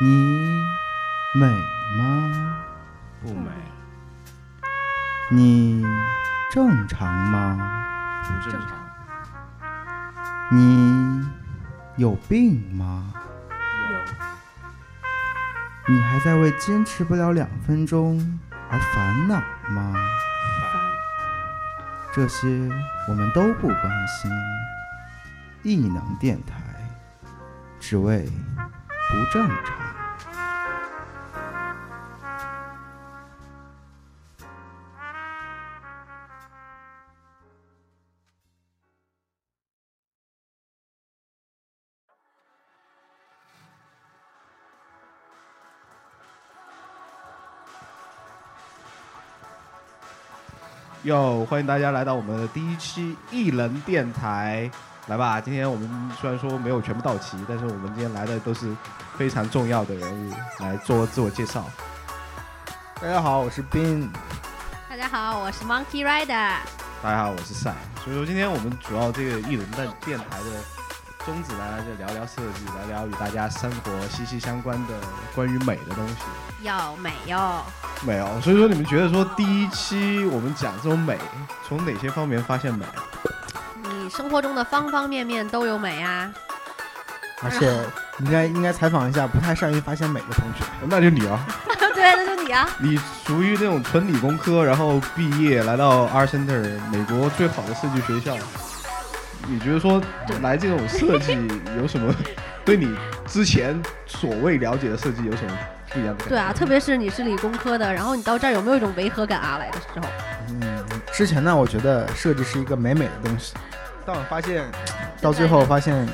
你美吗？不美，你正常吗？不正常，你有病吗？有你还在为坚持不了两分钟而烦恼吗？烦，这些我们都不关心。异能电台，只为不正常。哟，欢迎大家来到我们的第一期艺人电台。来吧，今天我们虽然说没有全部到齐，但是我们今天来的都是非常重要的人物来做自我介绍。大家好，我是斌。大家好，我是 Monkey Rider。大家好，我是赛。所以说今天我们主要这个艺人的电台的宗旨呢，就聊聊设计，聊聊与大家生活息息相关的关于美的东西。要美哟，美哦，所以说你们觉得说第一期我们讲这种美，从哪些方面发现美？你生活中的方方面面都有美啊。而且应该应该采访一下不太善于发现美的同学。那就你啊。 对，那就你啊。你属于那种纯理工科，然后毕业来到 Art Center 美国最好的设计学校，你觉得说来这种设计有什 么对你之前所谓了解的设计有什么不一样的感觉？对啊，特别是你是理工科的，然后你到这儿有没有一种违和感啊？来的时候，嗯，之前呢，我觉得设计是一个美美的东西，但我发现到最后发现，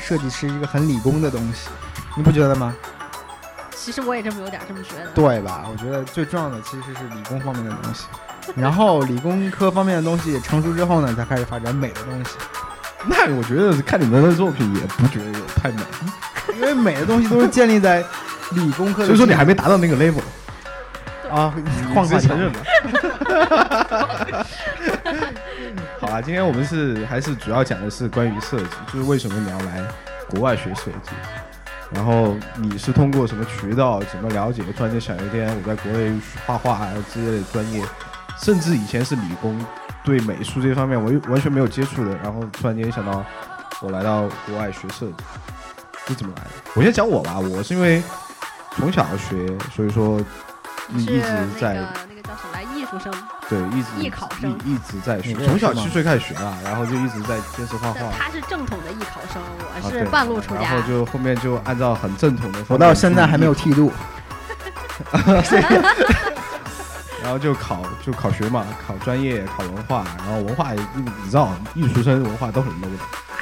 设计是一个很理工的东西，你不觉得吗？其实我也这么有点这么觉得。对吧？我觉得最重要的其实是理工方面的 东西，然后理工科方面的东西成熟之后呢，才开始发展美的东西，那我觉得看你们的作品也不觉得有太美，因为美的东西都是建立在理工科的。所以说你还没达到那个 level，啊，换你直换接承认吧。 好啦，今天我们是还是主要讲的是关于设计，就是为什么你要来国外学设计，然后你是通过什么渠道，怎么了解？突然间想有一天我在国内画画啊之类的专业，甚至以前是理工，对美术这方面我又完全没有接触的，然后突然间想到我来到国外学设计，你怎么来的？我先讲我吧，我是因为从小学，所以说一你一是直那在个那个叫什么来，艺术生，对，一直艺考生一一直在学你，也从小是吗七岁开始学了，然后就一直在坚持画对画，他是正统的艺考生，啊我对是半路出哦然家后。 就后面就按照很正统的，我到现在还没有，剃 度，然后就考就考学嘛，考专业，考文化，然后文化也你知道，艺术生文化都很 low 的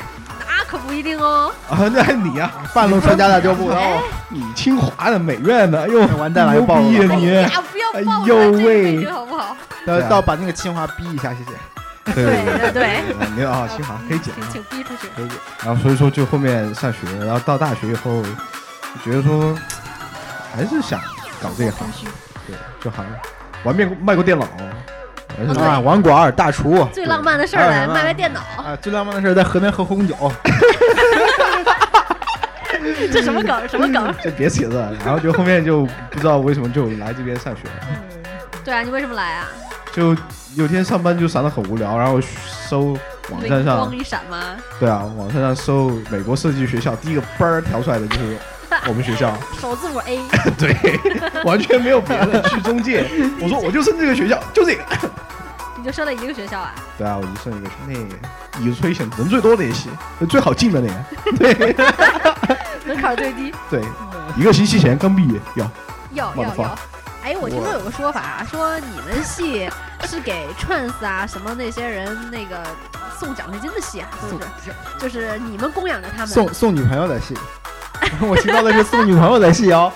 那可不一定哦。啊，那你呀、半路出家的就不哎，你哦清华的美院的，哎呦，完蛋了又暴露了牛逼啊哎你，呀，不要 哎暴露呦了这个喂位置好不好？要对啊到把那个清华逼一下，谢谢。对对对，对，你啊，清华可以讲请请逼出去。可以，然后所以说就后面上学，然后到大学以后，觉得说还是想搞这一行，对，就好像玩面卖过电脑，而且啊，网管大厨最浪漫的事儿二来，人啊卖卖电脑，啊，最浪漫的事儿在河边喝红酒，这什么梗？什么梗？ 就别扯了。然后就后面就不知道为什么就来这边上学了， 对啊，你为什么来啊？就有天上班就闪得很无聊，然后搜网站灵上光，一闪吗？对啊，网站上搜美国设计学校，第一个嘣儿跳出来的就是我们学校。首字母 A， 对， 完全没有别的去中介。我说我就剩这个学校，就这个。你就升了一个学校啊？ 对啊，我就剩一个学那有推选人最多的也行，最好进的那 个。对门槛最低，对，一个星期前刚毕业，要要我的要妈要。哎，我听说有个说法，啊说你们系是给 trans 啊什么那些人那个送奖学金的系啊，是不是？就是你们供养着他们。送送女朋友的 戏。我听到的是送女朋友的戏哦。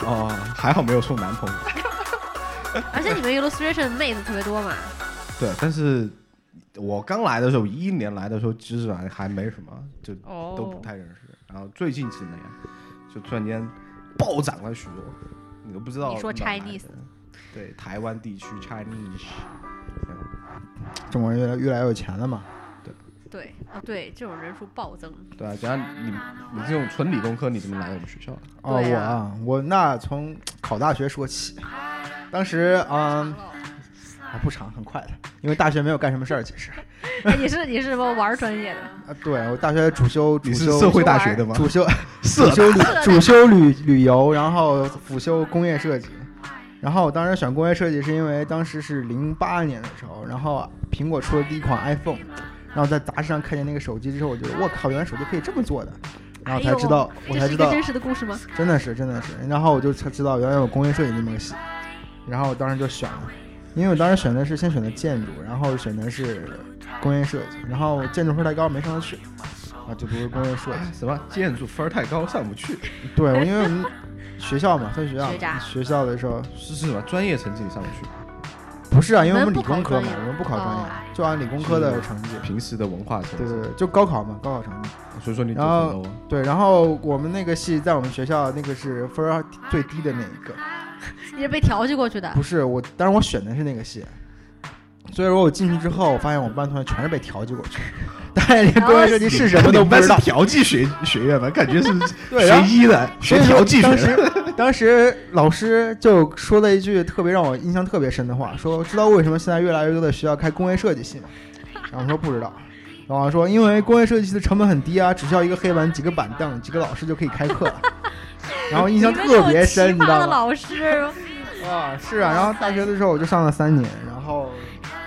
哦，还好没有送男朋友。而且你们 illustration 妹子特别多嘛，对，但是我刚来的时候，一一年来的时候，其实还还没什么，就哦都不太认识。然后最近几年，就突然间暴涨了许多，你都不知道你说哪来的 Chinese 对，台湾地区 Chinese。对吧中国人越来越来越有钱了嘛？对啊，对，这种人数暴增。 对啊，加上你你这种纯理工科，你怎么来我们学校？哦，对我啊啊，我那从考大学说起，当时嗯、啊不长，很快的，因为大学没有干什么事儿，其实哎你是你是什么玩儿专业的？啊，对我大学主修主你是修社会大学的吗？ 主修主社修旅社大主修旅旅游，然后辅修工业设计。然后我当时选工业设计是因为当时是零八年的时候，然后苹果出了第一款 iPhone，然后在杂志上看见那个手机之后，我觉得我靠，原来手机可以这么做的，然后哎才呦知道，我这才是知一个道真实的故事吗？真的是，真的是。然后我就才知道原来有工业设计这么个系，然后我当时就选了，因为我当时选的是先选的建筑，然后选的是工业设计，然后建筑分太高没上得去，啊，就读了工业设 计。什么建筑分儿太高上不去？对，我因为我们学校嘛，分学校学渣嘛，学校的时候是是什么专业成绩上不去？不是啊，因为我你们们不理工科嘛考专，业我们不考专哦业，就按理工科的成绩。平时的文化成对绩对，对，就高考嘛，高考成绩。所以说你走然后很 low 啊。对，然后我们那个系在我们学校那个是分儿最低的那一个，你是被调剂过去的不是我，但是我选的是那个系，所以说我进去之后，我发现我们班同学全是被调剂过去， 但是连工业设计是什么都不不哦知道。调剂学学院吧？感觉是对然后医的，所以说当时，当时老师就说了一句特别让我印象特别深的话，说知道为什么现在越来越多的学校开工业设计系吗？然后我说不知道，然后我说因为工业设计系的成本很低啊，只需要一个黑板、几个板凳、几个老师就可以开课了。 然哦后印象特别深，你你们知道这种奇葩的吗？老师，啊，是啊，然后大学的时候我就上了三年，然后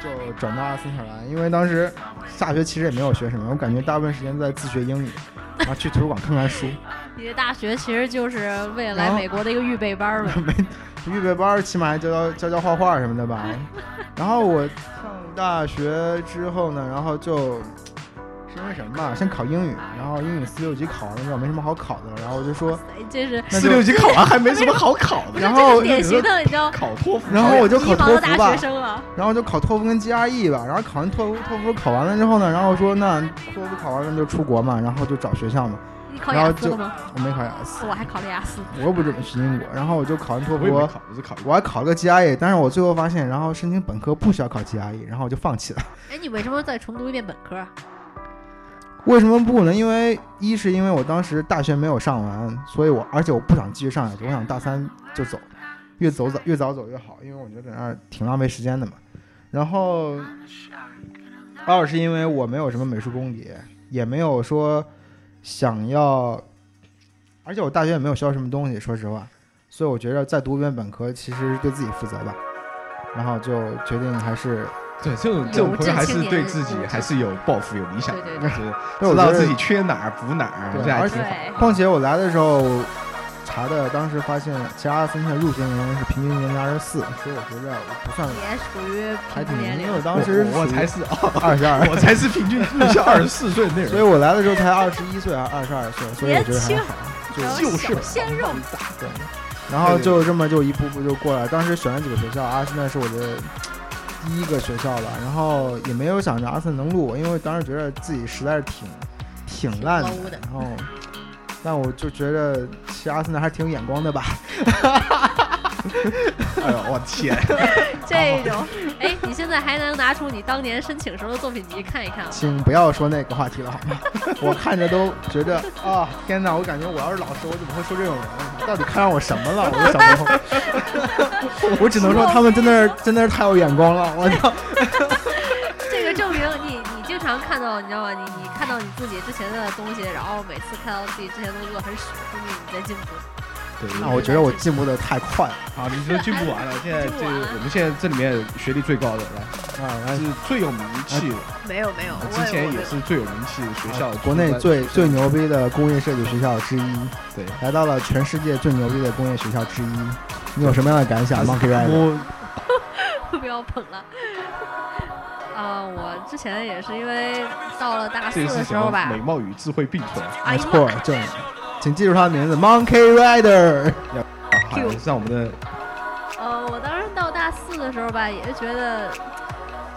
就转到阿斯特兰，因为当时下学其实也没有学什么，我感觉大部分时间都在自学英语，然后去图书馆看看书。 你的大学其实就是为了然来后美国的一个预备班儿呗。预备班儿起码还教教教教画画什么的吧。然后我上大学之后呢，然后就是因为什么吧，先考英语，然后英语四六级考完了之后没什么好考的，然后我就说，哎 这是那四就六级考完还没什么好考的，然后这是典型的，你知 道，考托福，然后我 就迷考茫托的福大吧学，生啊了。然后就考托福跟 GRE 吧，然后考完托福，托福考完了之后呢，然后我说那托福考完了就出国嘛，然后就找学校嘛，你考然后雅思就了吗？我没考雅思，我还考了雅思。我又不准备去英国，然后我就考完托我福也，没考，我是考我还考了个 GRE，但是我最后发现，然后申请本科不需要考 GRE，然后我就放弃了。哎，你为什么再重读一遍本科啊？为什么不呢？因为一是因为我当时大学没有上完，所以我而且我不想继续上下去，我想大三就走，越走早越早走越好，因为我觉得在那儿挺浪费时间的嘛。然后二是因为我没有什么美术功底，也没有说想要，而且我大学也没有学到什么东西，说实话，所以我觉得再读一遍本科其实对自己负责吧。然后就决定还是，对这种这有种朋志友还青是年对人自己有志还是有抱负有理想的，对就对是对我觉知道得自己缺哪儿补哪儿，对这还而挺且好。对，况且我来的时候查的，当时发现其他分校入学年龄是平均年龄二十四，所以我觉得我不算也属于还挺平均年年龄因为。我当时我我才是哦二十二， 我才是平均入校二十四岁那所以人，我来的时候才二十一岁还是二十二岁，所以我觉得还年好。然后就是小鲜肉，对，然后就这么就一步步就过来。当时选了几个学校，阿森纳是我的第一个学校了，然后也没有想着阿森纳能录我，因为当时觉得自己实在是挺挺烂挺 low 的然后但我就觉得其实阿森纳还挺有眼光的吧。哎呦我 天，这 种。哎，你现在还能拿出你当年申请时候的作品集看一啊看吗？请不要说那个话题了，好 吗？我看着都觉得啊，天哪！我感觉我要是老师，我怎么会说这种人呢？到底看上我什 么了？我都想不通。 我只能说他们真的是真的是太有眼光了，我操！这个证明你，你经常看到，你知道吗？你你看到你自己之前的东西，然后每次看到自己之前的东西都很屎，说明你在进步。对那我觉得我进步的太快了啊，你都进不完了，现在这进不完个了我们现在这里面学历最高的，来，啊！然后是最有名气的，没有没有，哎我之前也我是最有名气的学校，国内最最牛逼的工业设计学校之一，对。来到了全世界最牛逼的工业学校之一。你有什么样的感想，Monkey Rider？ 不要捧了。啊、我之前也是因为到了大这四是的什时候么吧美，貌与智慧并存，啊哎没呀错，正，请记住他的名字，Monkey Rider。好像是让我们的呃，我当时到大四的时候吧，也是觉得，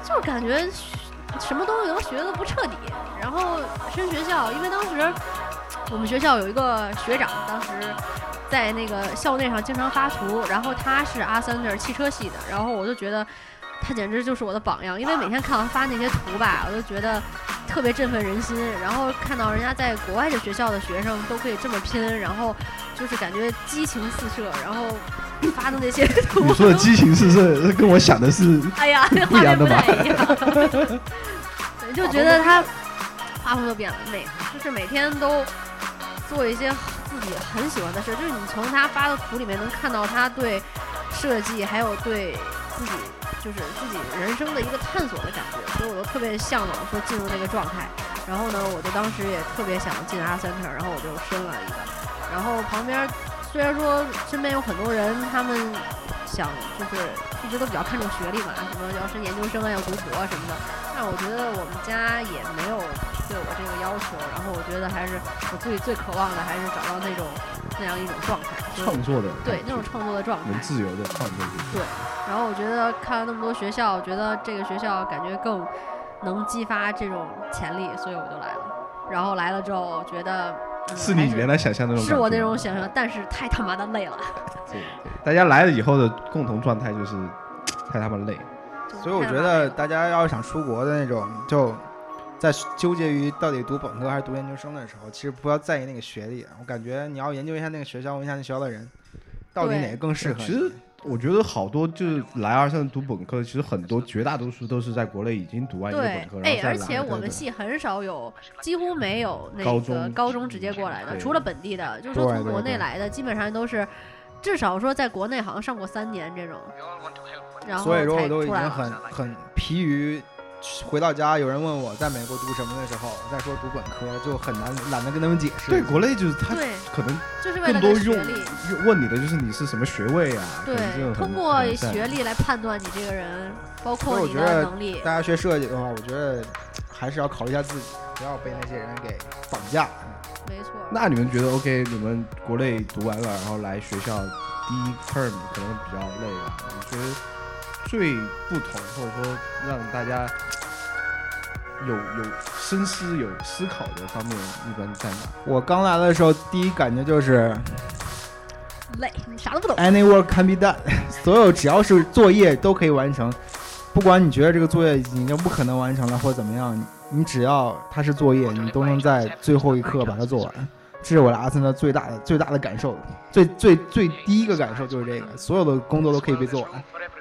就是感觉学什么东西都学的不彻底。然后升学校，因为当时我们学校有一个学长，当时在那个校内上经常发图，然后他是阿三那儿汽车系的，然后我就觉得他简直就是我的榜样，因为每天看到他发那些图吧，我就觉得。特别振奋人心。然后看到人家在国外的学校的学生都可以这么拼，然后就是感觉激情四射，然后发的那些 图， 你说的激情是是跟我想的是哎呀，那不一画样的面不吧太一样。 对，就觉得他画风都变了，每就是每天都做一些自己很喜欢的事，就是你从他发的图里面能看到他对设计，还有对自己就是自己人生的一个探索的感觉，所以我都特别向往说进入那个状态。然后呢，我就当时也特别想进 R center，然后我就申了一个，然后旁边。虽然说身边有很多人，他们想就是一直都比较看重学历嘛，什么要升研究生啊，要读博啊什么的。但我觉得我们家也没有对我这个要求，然后我觉得还是我最最渴望的还是找到那种那样一种 状态，就是创作的，对那种创作的状态能。自由的创作就是。然后我觉得看了那么多学校，我觉得这个学校感觉更能激发这种潜力，所以我就来了。然后来了之后，我觉得、嗯、是你还原来想象的那种，是我那种。想象，但是太他妈的累了。对，对大家来了以后的共同状态就是太他妈累。就所以我太觉他妈累得了大家要是想出国的那种，就在纠结于到底读本科还是读研究生的时候，其实不要在意那个学历。啊我感觉你要研究一下那个学校，问一下那学校的人，到底对哪个更适合你。其实我觉得好多就是来二三读本科，其实很多绝大多数都是在国内已经读完一个对本科，，然后哎，再来。而且我对们系很少有，几乎没有那高个中高中直接过来的，对除了本地的，就是说对从对国内对来的，基本上都是至少说在国内好像上过三年这种，然后所以说才我都已出来经了。很很疲于回到家，有人问我在美国读什么的时候，我再说读本科就很难懒得跟他们解释。对国内就是他对，可能就是为更了多个用学历，用问你的就是你是什么学位啊？可能这种很对，通过很在学历来判断你这个人，包所括以我你觉得的能力。大家学设计的话，我觉得还是要考虑一下自己，不要被那些人给绑架。没错，那你们觉得 OK？你们国内读完了，然后来学校第一 term 可能比较累吧？你觉得最不同，或者说让大家有有深思、有思考的方面，一般在哪？我刚来的时候，第一感觉就是累，你啥都不懂。 any work can be done，所 有只要是作业都可以完成，不管你觉得这个作业已经不可能完成了或者怎么样，你你只要它是作业，你都能在最后一刻把它做完。这是我来阿森纳最大的最大的感受，最最最第一个感受就是这个，所有的工作都可以被做完。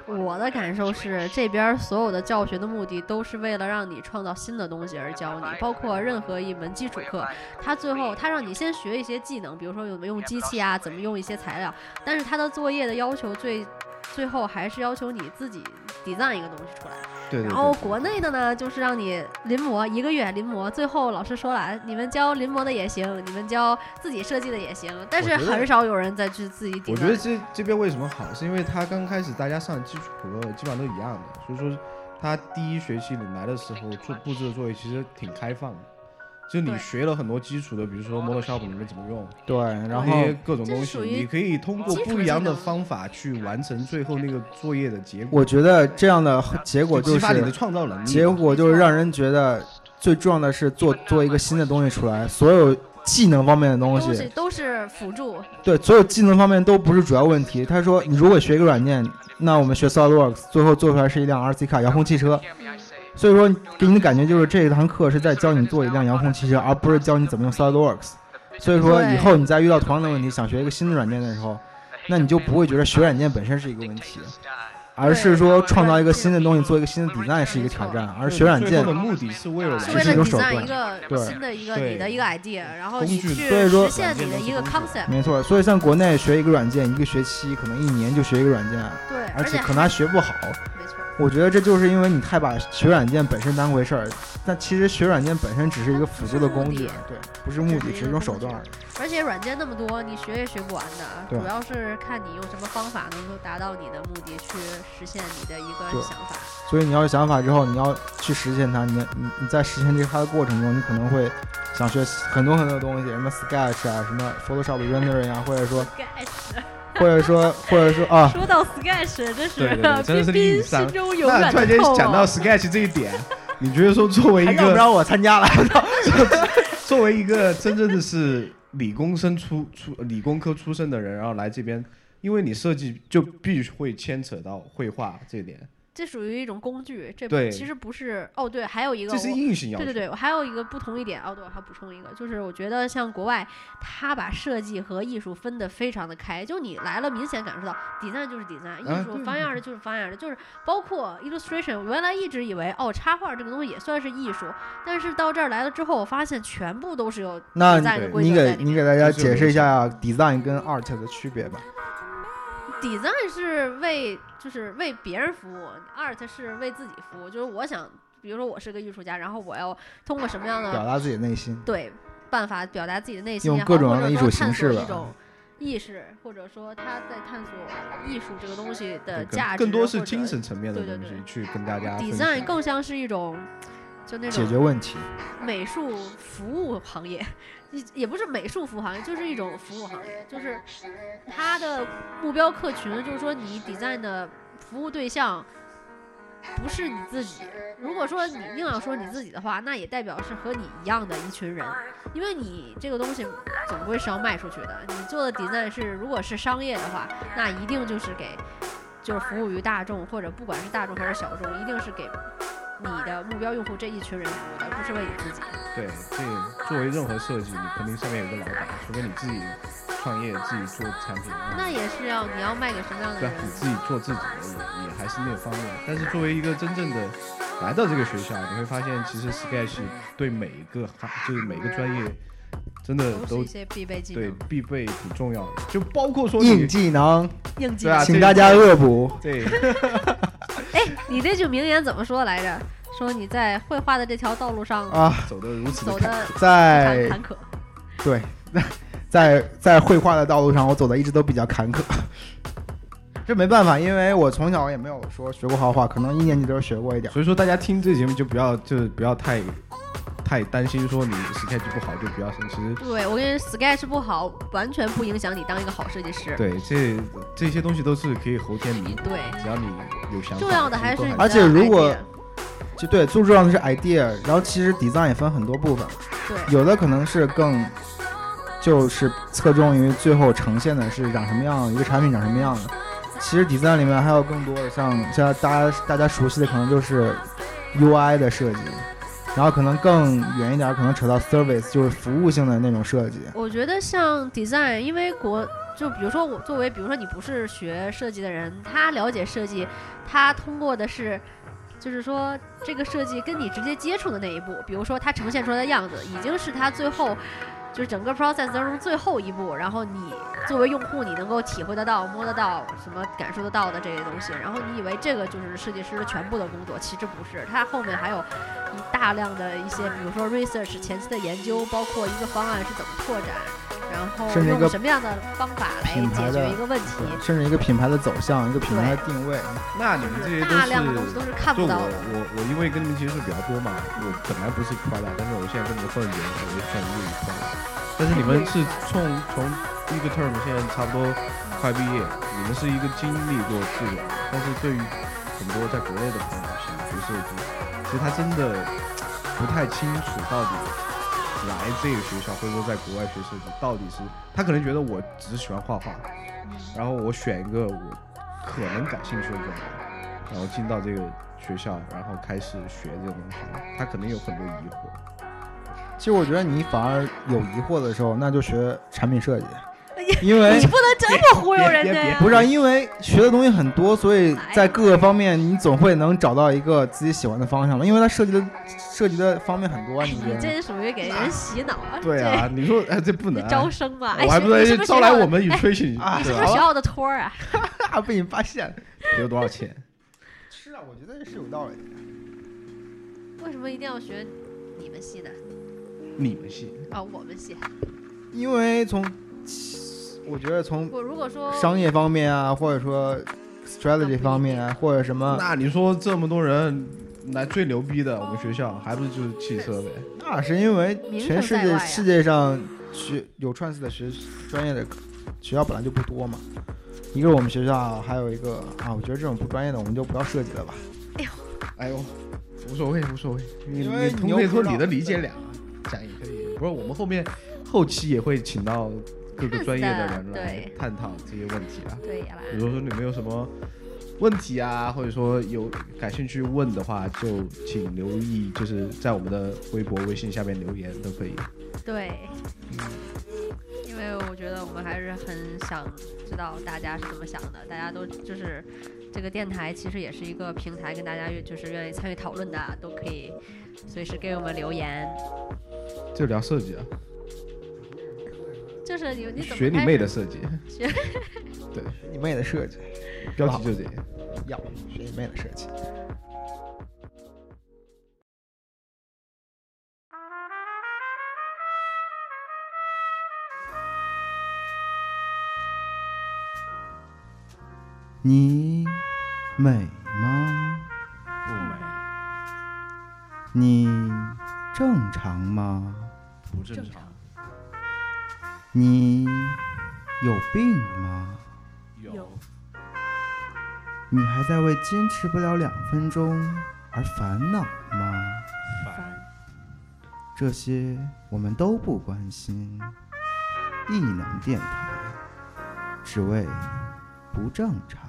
我的感受是，这边儿所有的教学的目的都是为了让你创造新的东西而教你，包括任何一门基础课，它最后它让你先学一些技能，比如说怎么用机器啊，怎么用一些材料，但是它的作业的要求最最后还是要求你自己 design 一个东西出来。对对然后对，哦国内的呢，就是让你临摹一个月临摹，最后老师说了，你们教临摹的也行，你们教自己设计的也行，但是我觉得很少有人再去自己 design。我觉得这这边为什么好，是因为他刚开始大家上基础课基本上都一样的，所以说他第一学期你来的时候做布置的作业其实挺开放的，就你对哦学了很多基础的，比如说 Model Shop 里面怎么用。对，然然后后各种这东西，属于你可以通过基础不一样的技能方法去完成最后那个作业的结果，我觉得这样的结果就激发你的是创造能力。结果就是让人觉得最重要的是做做一个新的东西出来，所有技能方面的东西东西都是辅助，对，所有技能方面都不是主要问题。他说，你如果学一个软件，那我们学 SolidWorks，最后做出来是一辆 RC 卡遥控汽车。所以说，给你的感觉就是这堂课是在教你做一辆遥控汽车，而不是教你怎么用 SolidWorks。所以说，以后你再遇到同样的问题，想学一个新的软件的时候，那你就不会觉得学软件本身是一个问题，而是说创造一个新的东西，做一个新的 design 是一个挑战，而学软最件后的目的是为了是是为一了种手 design 段一个对新的一个对你的一个 idea，然后工你具去所以说实现你的一个 concept，没错。所以像国内学一个软件，一个学期可能一年就学一个软件，对，而且且可能还学不好。没错，我觉得这就是因为你太把学软件本身当回事儿，但其实学软件本身只是一个辅助的工具，对，不是目的，只是一种手段而已。而且软件那么多，你学也学不完的，啊对主要是看你用什么方法能够达到你的目的，去实现你的一个对想法。所以你要有想法之后，你要去实现它，你你你在实现这个它的过程中，你可能会想学很多很多东西，什么 Sketch 啊，什么 Photoshop rendering 啊，或者说 Sketch，或者说或者说啊，说到 Sketch，真是对对对真的是彬彬 硬伤心中有那远突然间的痛讲到啊。 Sketch 这一点，你觉得说作为还一哎让不个让我参加了？作为一个真正的是理工生出出理工科出身的人，然后来这边，因为你设计就必须会牵扯到绘画这一点，这属于一种工具，这对其实不是。哦，对，还有一个这是我硬性要对求。对对，我还有一个不同一点，哦，对，我还补充一个，就是我觉得像国外，他把设计和艺术分得非常的开，就你来了，明显感受到 design 就是 design，啊艺术对方样的就是方样的，就是包括 illustration，我原来一直以为哦，插画这个东西也算是艺术，但是到这儿来了之后，我发现全部都是有那 design 的规你则在给里面。你给大家就是有解释这一下 design 跟 art 的区别吧。 design 是为就是为别人服务，art 是为自己服务，就是我想。比如说我是个艺术家，然后我要通过什么样的表达自己内心。对办法表达自己的内心用也好，各种或样的者艺术说形探索式吧一种意识，或者说他在探索艺术这个东西的对价值，更更多是或者精神层面的对对东西对去跟大家分享 design 更像是一种就那解种决问题，美术服务行业， 也也不是美术服务行业，就是一种服务行业，就是它的目标客群，就是说你 design 的服务对象不是你自己。如果说你硬要说你自己的话，那也代表是和你一样的一群人，因为你这个东西总归是要卖出去的。你做的 design 是如果是商业的话，那一定就是给就是服务于大众，或者不管是大众还是小众，一定是给你的目标用户这一群人服务的，而不是为你自己。对，这作为任何设计，你肯定上面有一个老板，除非你自己创业自己做产品，啊那也是要你要卖给什么样的对啊人？你自己做自己的也也还是那个方面。但是作为一个真正的来到这个学校，你会发现其实 Sketch 对每一个行就是每个专业真的都是都一些必备技对能。必备挺重要的，就包括说硬你技能，应技对啊能。请大家恶补。对你这句名言怎么说来着？说你在绘画的这条道路上啊，走的如此的走坎坷。的在坎坎坷。对，在在绘画的道路上，我走的一直都比较坎坷。 这没办法，因为我从小也没有说学过画画，可能一年级的时候学过一点儿。所以说大家听这节目就不要就是不要太太担心说你 Sketch 不好就不要生气，其实对我跟你说，Sketch 不好，完全不影响你当一个好设计师。对，这这些东西都是可以后天弥补，对，只要你有想法。重要的还是足你够的而且如果 idea 就对，最重要的是 idea，然后其实 design 也分很多部分，对，有的可能是更就是侧重于最后呈现的是长什么样，一个产品长什么样的。其实 design 里面还有更多的像像大家大家熟悉的可能就是 UI 的设计，然后可能更远一点可能扯到 service 就是服务性的那种设计。我觉得像 design，因为国就比如说我作为，比如说你不是学设计的人，他了解设计，他通过的是。就是说，这个设计跟你直接接触的那一步，比如说它呈现出来的样子，已经是它最后，就是整个 process 当中最后一步。然后你作为用户，你能够体会得到、摸得到、什么感受得到的这些东西。然后你以为这个就是设计师的全部的工作，其实不是，它后面还有一大量的一些，比如说 research 前期的研究，包括一个方案是怎么拓展，然后甚至一个用什么样的方法来品牌解的决一个问题，甚至一个品牌的走向，一个品牌的定位，那你就们这是些都大量的东西是都。是看就我不到的。我我因为跟你们接触比较多嘛，我本来不是 Prada，但是我现在跟你们混着，我就算业余 Prada。但是你们是从从第一个 term 现在差不多快毕业，你们是一个经历过这种，但是对于很多在国内的朋友，想学设计，其实他真的不太清楚到底来这个学校或者说在国外学设计到底是，他可能觉得我只是喜欢画画，然后我选一个我可能感兴趣的专业，然后进到这个学校，然后开始学这个东西，他可能有很多疑惑。其实我觉得你反而有疑惑的时候，那就学产品设计，因哎为你不能这么忽悠人家呀！不是、啊、因为学的东西很多，所以哎在各个方面你总会能找到一个自己喜欢的方向嘛。因为它涉及的涉及的方面很多啊，你觉你得呢？哎这属于给人洗脑啊！对啊，你说哎这不这，能你啊、招生嘛？哎我还不是你能是不是招来学校的我们 nutrition，哎你是对不吧是学校的托儿啊？啊，被你发现了。有多少钱？是啊，我觉得是有道理的。为什么一定要学你们系呢？你们系啊，我们系。因为从我觉得从我如果说商业方面啊，或者说 strategy 方面啊，或者什么，那你说这么多人来最牛逼的，我们学校还不是就是汽车呗？那是因为名声全世在外界啊世界上学有 trans 的学专业的学校本来就不多嘛。一个是我们学校，还有一个啊，我觉得这种不专业的我们就不要涉及了吧。哎呦，无所谓无所谓，你因为你你通又可以不说知道你的理解俩讲也可以，不是我们后面后期也会请到各个专业的人是的来对探讨这些问题啊。对呀啦，比如说你们有什么问题啊，或者说有感兴趣问的话，就请留意，就是在我们的微博、微信下面留言都可以。对，因为我觉得我们还是很想知道大家是怎么想的，大家都就是这个电台其实也是一个平台，跟大家愿就是愿意参与讨论的，啊都可以随时给我们留言。就聊设计啊，就是你你怎么学你开妹始的设计，你妹的设计，标题就这样。要学你妹的设计。你美吗？不美，你正常吗？不正正常。你有病吗？有你还在为坚持不了两分钟而烦恼吗？烦这些我们都不关心。异能电台，只为不正常。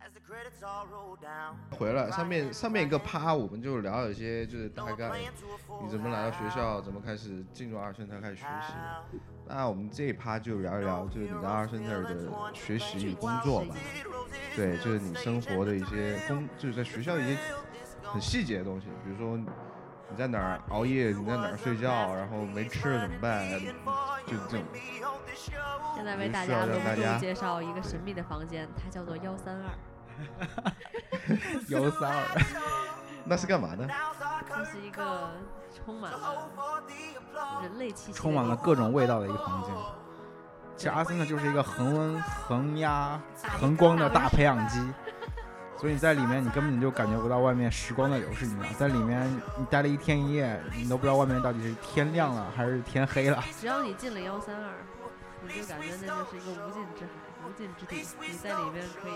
As the credits all roll down, 回来，上面上面一个趴，我们就聊了一些，就是大 no 概 plan to a fool. 你怎么来到学校，怎么开始进入二生态开始学习。那我们这一趴就聊一聊，就是你在二生态的学习与工作吧。啊对，就是你生活的一些工，就是在学校的一些很细节的东西，比如说你在哪儿熬夜，你在哪儿睡觉，然后没吃了怎么办，就这种。现 在为就大是要家让隆大家重介绍一个神秘的房间，它叫做幺三二，幺三 二，那是干嘛呢？ 这是一个充满了人类气息的地方，充满了各种味道的一个房间。 其实阿森呢就是一个恒温、恒压、恒光的大培养基，所以你在里面你根本就感觉不到外面时光的流逝，你知道，在里面你待了一天一夜，你都不知道外面到底是天亮了还是天黑了。只要你进了幺三二，你就感觉那就是一个无尽之海、无尽之地。你在里面可 以，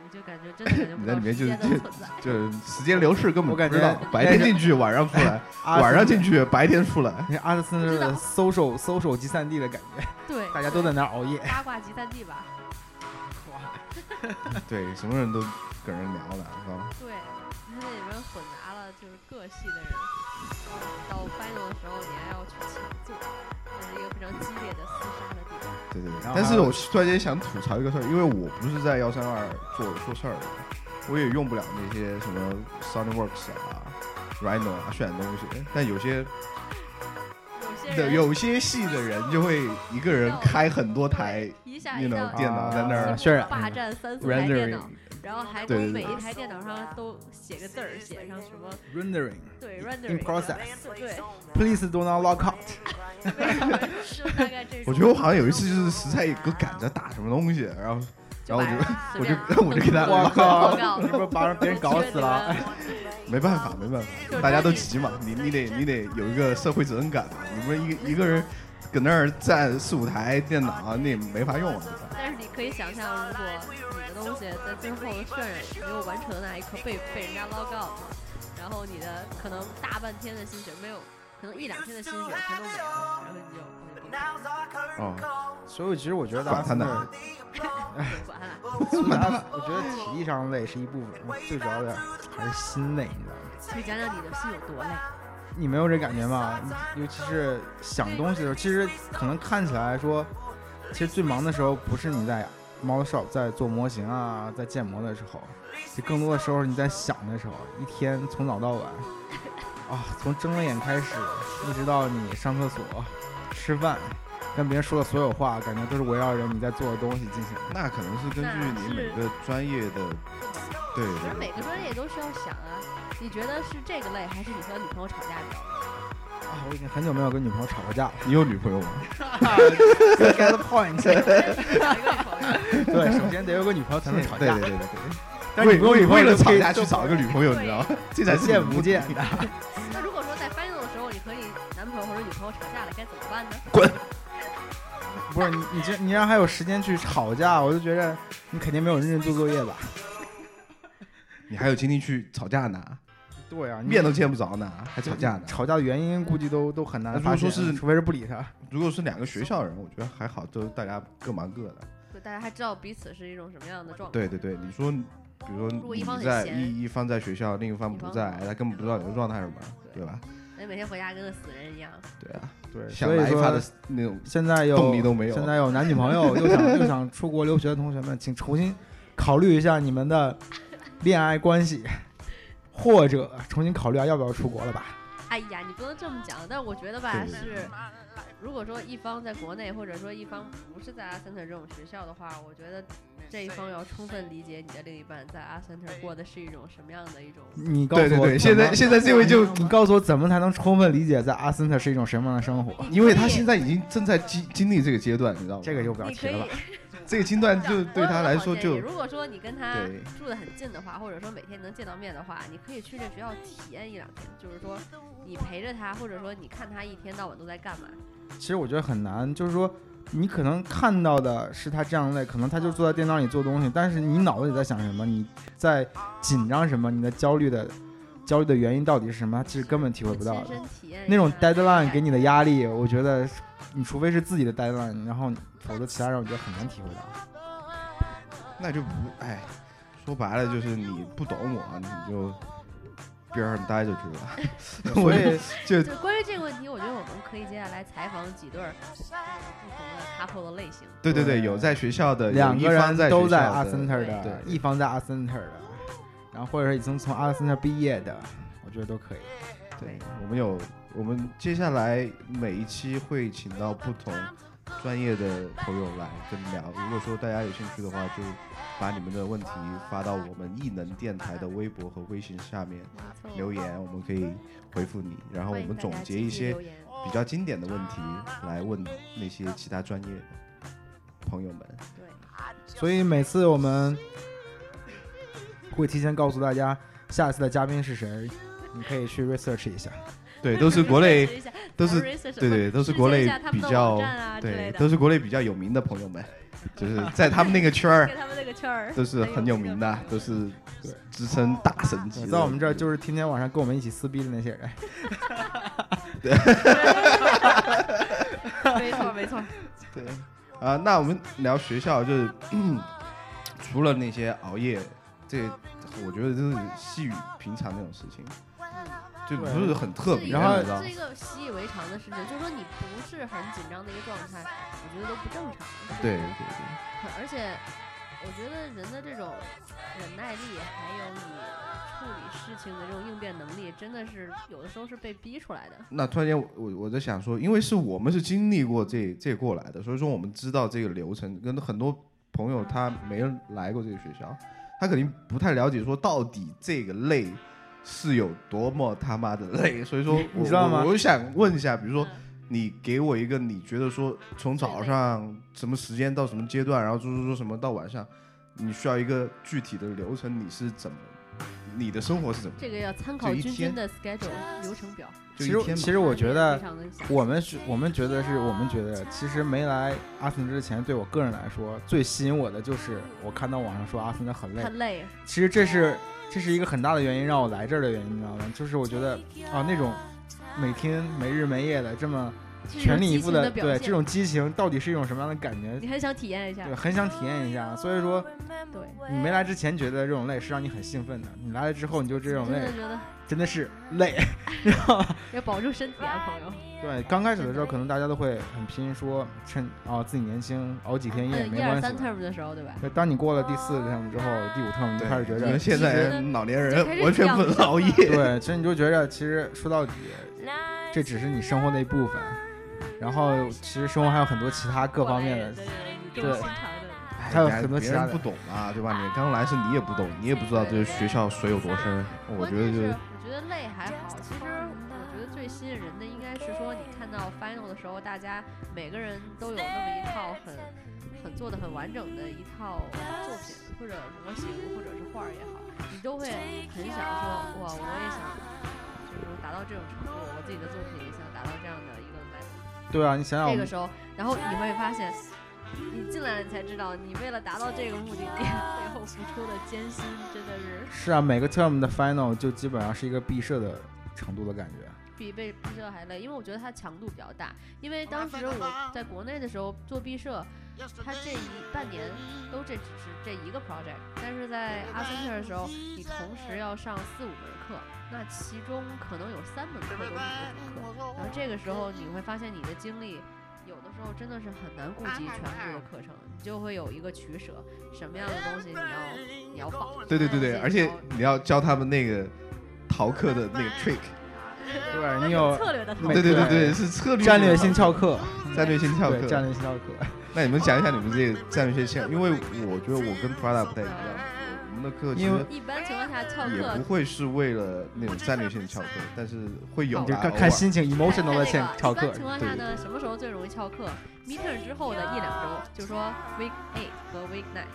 你就感觉真的感觉不你在到里面时就是间的就存在。就是时间流逝根本我感不知道觉，白天进去，晚上出来， 阿森晚上进，去，白天出来。那阿森是 social social 集散地的感觉，对，大家都在那儿熬 夜。八卦集散地吧。对，什么人都跟人聊了，是吧？对，它在里面混杂了就是各系的人。到 final 的时候，你还要去抢座，这是一个非常激烈的厮杀的地方。对对对然后但还是有我突然间想吐槽一个事儿，因为我不是在幺三二做做事儿的，我也用不了那些什么 SolidWorks 啊、Rhino 啊渲染东西，但有些有些对人有些系的人就会一个人开很多台对，一下 you 一 know，道电脑在那儿屏幕渲染啊霸占三四台电 rendering 脑，然后还对给对每对一台电脑上都写个字儿，写上什么 Rendering, 对 in rendering 啊 process. 对。 Please do not lock out. 就大概这种我觉得我好像有一次就是实在给我赶着打什么东西，然后然后我就 啊我就我就给他我靠广告，你不是把别人搞死了？没办法没办法，大家都急嘛，你你得你得有一个社会责任感嘛，你不是一个一个人搁那儿占四五台电脑，那也没法用啊，对吧？但是你可以想象，如果你的东西在最后的渲染没有完成的那一刻被被人家 log out，然后你的可能大半天的薪水没有，可能一两天的薪水全都没了，然后你就你就哦，所以其实我觉得管阿他森呢的。 不 管了。我觉得我觉得体力上累是一部分，最主要的还是心累，你知道吗？所以讲讲你的心有多累，你没有这感觉吗？尤其是想东西的时候，其实可能看起来说，其实最忙的时候不是你在 model shop 在做模型啊，在建模的时候，就更多的时候是你在想的时候，一天从早到晚，啊，从睁了眼开始，一直到你上厕所、吃饭，跟别人说的所有话，感觉都是围绕着你在做的东西进行的。那可能是根据你每个专业的，对其实每对个专业都需要想啊。你觉得是这个累，还是你和女朋友吵架 比较累？啊，我已经很久没有跟女朋友吵过架了。你有女朋友吗？ Get the point。找一个女朋友，对，首先得有个女朋友才能吵架对。对对对对。但是为你不用为女朋为友了就可吵以架去就找一个女朋友，你知道吗？这才是见你不见的。那如果说在 final 的时候你和你男朋友或者女朋友吵架了，该怎么办呢？不是你，你这你让还有时间去吵架，我就觉得你肯定没有认真做作业吧？你还有精力去吵架呢？对啊，你面都见不着呢，还吵架呢。吵架的原因估计都都很难如果发现，说是除非是不理他。如果是两个学校人，我觉得还好，都大家各忙各的。就大家还知道彼此是一种什么样的状态。对对对，你说，比如如说果你一方很在闲一一方在学校，另一方一不方在，他根本不知道你的状态是什么，对吧？那每天回家跟个死人一样，对啊，对，想所以来一说发的那种，现在有动力都没有现在有男女朋 友又想又想出国留学的同学们，请重新考虑一下你们的恋爱关系，或者重新考虑下要不要出国了吧。哎呀，你不能这么讲。但我觉得吧，对对是如果说一方在国内，或者说一方不是在阿森特这种学校的话，我觉得这一方要充分理解你的另一半在阿森特过的是一种什么样的一种。你告诉 对我对怎么，哎嗯对，现在现在这位就，你告诉我怎么才能充分理解在阿森特是一种什么样的生活？你因为可他以现在已经正在经经历这个阶段，你知道吗？这个就不要你提可以了吧。这个阶段就对他来说我有个好建议就如果说你跟他对住得很近的话，或者说每天能见到面的话，你可以去这学校体验一两天，就是说你陪着他，或者说你看他一天到晚都在干嘛。其实我觉得很难，就是说你可能看到的是他这样累，可能他就坐在电脑里做东西，但是你脑子里在想什么，你在紧张什么，你的焦虑的焦虑的原因到底是什么，他其实根本体会不到亲的。身体验一那种下 deadline 给你的压力，我觉得你除非是自己的 deadline，然后否则其他人我觉得很难体会到。那就不哎，说白了就是你不懂我，你就边上待着去吧。所 以就就关于这个问题，我觉得我们可以接下来采访几对儿就是不 同的 couple 的类型。对对对，对有在学校呃的，有两一个方人在都学校在的阿森特对的，对一方在阿森特的，然后或者是已经从阿森特毕业的，我觉得都可以。对，我们有，我们接下来每一期会请到不同专业的朋友来跟聊。如果说大家有兴趣的话，就把你们的问题发到我们异能电台的微博和微信下面没留错，言，我们可以回复你。然后欢我迎们大总家结积一极些留 言比较经典的问题来问那些其他专业的朋友们。对，所以每次我们会提前告诉大家下次的嘉宾是谁，你可以去 research 一下。对，都是国 内，都是对对对，都是国内比较啊之类对，的都是国内比较有名的朋友们，就是在他们那个圈儿给。他们那个圈儿。都是很有名的，啊都是对支撑大神级的。啊在我们这儿就是天天晚上跟我们一起撕逼的那些人。 没错没错，对啊、那我们聊学校，就是 除了那些熬夜，这我觉得就是细雨平常那种事情，就不是很特别。然后你知道是一个习以为常的事情，就是说你不是很紧张的一个状态，我觉得都不正常。对对对，而且我觉得人的这种忍耐力，还有你处理事情的这种应变能力，真的是有的时候是被逼出来的。那突然间我我我在想说，因为是我们是经历过这这过来的，所以说我们知道这个流程。跟很多朋友他没有来过这个学校，他肯定不太了解说到底这个累是有多么他妈的累。所以说我，你知道吗我我想问一下，比如说嗯你给我一个你觉得说从早上什么时间到什么阶段，然后说说说什么到晚上，你需要一个具体的流程，你是怎么，你的生活是怎么？这个要参考就一君天君的 schedule 流程表。就其一实天其吧实我觉非得常的详细我们是我们觉得是我们觉得，其实没来阿森之前，对我个人来说最吸引我的就是我看到网上说阿森的很累，很累，其实这是这是一个很大的原因让我来这儿的原因，你知道吗？就是我觉得啊那种每天没日没夜的这么。这是一种全力以激赴情的的表对现这种激情到底是一种什么样的感觉？你很想体验一下对，。很想体验一下。所以说，对，你没来之前觉得这种累是让你很兴奋的，你来了之后你就这种真累的觉得真的是累。要保重身体啊，朋友。对，刚开始的时候可能大家都会很拼，说趁啊自己年轻熬几天夜嗯，没一二关三系。 term 的时候，对吧？对，当你过了第四个 term 之后，第五 term 你就对开始觉你着们，现其在实老年就开人始完全不能熬夜。对，其实你就觉着，其实说到底，这只是你生活的一部分。然后其实生活还有很多其他各方面的对对对对，对，哎还有你很多别其他人的不懂啊，对吧？你刚来是你也不懂，你也不知道这个学校水有多深。我觉得关键就是是我觉得累还好，其实我觉得最吸引人的应该是说，你看到 final 的时候，大家每个人都有那么一套很很做的很完整的一套作品或者模型或者是画儿也好，你都会很想说，哇，我也想就是达到这种程度，我自己的作品也想达到这样的一个 level。对啊，你想想我这们个时候，然后你会发现，你进来了，你才知道，你为了达到这个目的地，背后付出的艰辛真的是是啊，每个 term 的 final 就基本上是一个毕设的程度的感觉。比被毕设还累，因为我觉得它强度比较大。因为当时我在国内的时候做毕设，它这一半年都这只是这一个 project，但是在阿森特的时候，你同时要上四五门课，那其中可能有三门课都是你的主课，然后这个时候你会发现你的精力。有的时候真的是很难顾及全部的课程，你就会有一个取舍，什么样的东西你要你要放。对对对 对，而且你要教他们那个逃课的那个 trick， 对你有策略的每对对个对对，是策略战略性翘课，战略性翘对，战课。略性翘课。那你们讲一下你们这个战略性翘，因为我觉得我跟 Prada 不太一样，我们的课其因实为一般情况下翘也课不会是为了那种战略性翘课，但是会有你吧就偶看尔看心情，emotional 的在现那个翘一课般。情况下呢，什么时候最容易翘课？Midterm 之后的一两周，就说 Week Eight 和 Week Nine。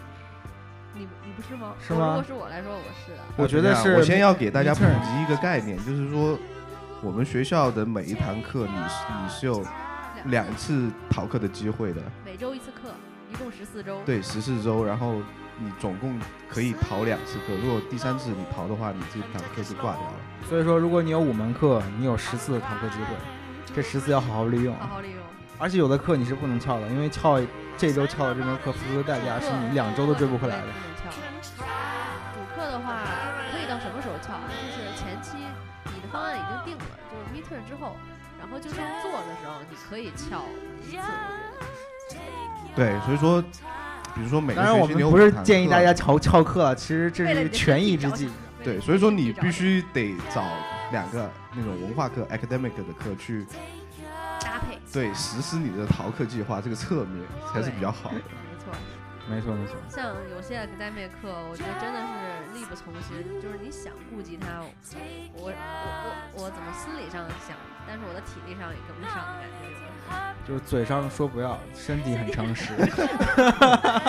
你你不是吗？是我吗如果是我来说，我是的。我觉得是我先要给大家普 midterm 及一个概念，就是说我们学校的每一堂课，你是你是有两次逃课的机会的，每周一次课，一共十四周。对，十四周，然后你总共可以逃两次课，如果第三次你逃的话，你这堂课是挂掉了。所以说，如果你有五门课，你有十次逃课机会，这十次要好好利用。好好利用。而且有的课你是不能翘的，因为翘这周翘了这门课付出的代价是你两周都追不回来的对。不能翘。主课的话，可以到什么时候翘？啊就是前期你的方案已经定了，就是 Midterm 之后，然后就剩做的时候，你可以翘一次。我觉得对，所以说，比如说每个当然，我学期们你有不五是堂建议课大家翘翘课了，其实这 为了你是的权宜身之体着计。想对，所以说你必须得找两个那种文化课 academic 的课去搭配。对实施你的逃课计划，这个策略才是比较好的。没错。没错没错，像有些 academic 课，我觉得真的是力不从心，就是你想顾及它，我我我我怎么心理上想，但是我的体力上也跟不上，感觉有的时候。就是嘴上说不要，身体很诚实。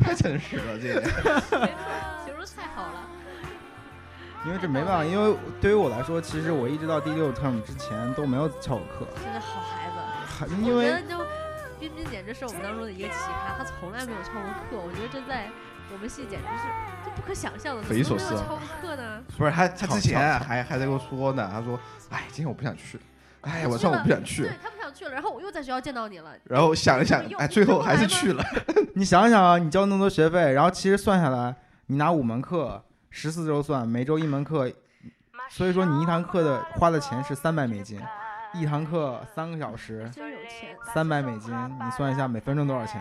太诚实了，这个。没错，形容太好了。因为这没办法，因为对于我来说，其实我一直到第六 term 之前都没有翘过课，真的好孩子，还我因觉为得就彬彬简直是我们当中的一个奇葩，他从来没有翘过课，我觉得这在我们系简直是这不可想象的，怎匪夷么所没有思啊翘过课呢？不是他，他吵之前吵啊还还在跟我说呢，他说，哎，今天我不想去，哎，晚我上我不想去对，他不想去了，然后我又在学校见到你了，然后想了想又，哎，最后还是去了。你想想啊，你交那么多学费，然后其实算下来，你拿五门课，十四周算，每周一门课，所以说你一堂课的花的钱是三百美金，一堂课三个小时，真有钱。三百美金，你算一下每分钟多少钱？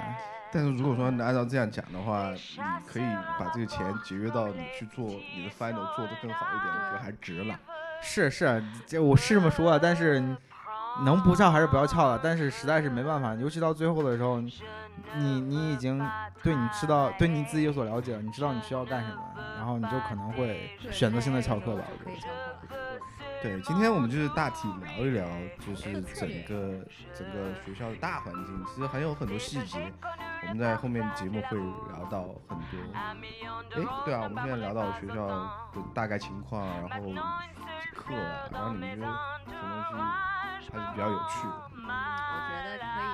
但是如果说按照这样讲的话，你可以把这个钱节约到你去做你的 final 做的更好一点，我觉得还值了。是是，这我是这么说啊，但是能不翘还是不要翘了。但是实在是没办法，尤其到最后的时候，你你你已经对你知道对你自己有所了解了，你知道你需要干什么，然后你就可能会对选择性的翘课吧。我可觉得以翘课了。对，今天我们就是大体聊一聊，就是整个整个学校的大环境，其实还有很多细节，我们在后面节目会聊到很多。哎，对啊，我们现在聊到学校的大概情况，啊然后课啊，然后你们觉得什么东西还是比较有趣的？我觉得可以，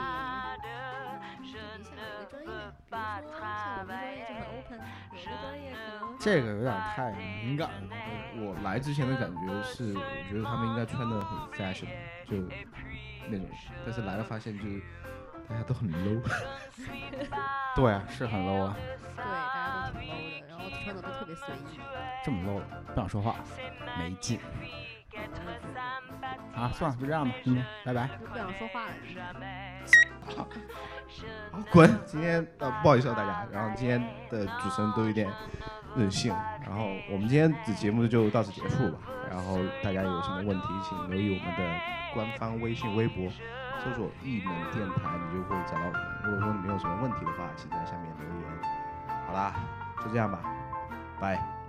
一下我们的专业，比如说像我们专业，嗯就很 open，有的专业可能这个有点太敏感了。我来之前的感觉是，我觉得他们应该穿的很 fashion，就那种，但是来了发现就大家都很 low。对啊，是很 low 啊，对大家都挺 low 的，然后穿的都特别随意。这么 low 了，不想说话，没劲嗯啊！算了，就这样吧，嗯，拜拜。就不想说话了。好滚！今天呃不好意思啊大家，然后今天的主持人都有点任性，然后我们今天的节目就到此结束吧。然后大家有什么问题，请留意我们的官方微信、微博，搜索“艺能电台”，你就会找到我们。如果说你没有什么问题的话，请在下面留言。好啦，就这样吧，拜。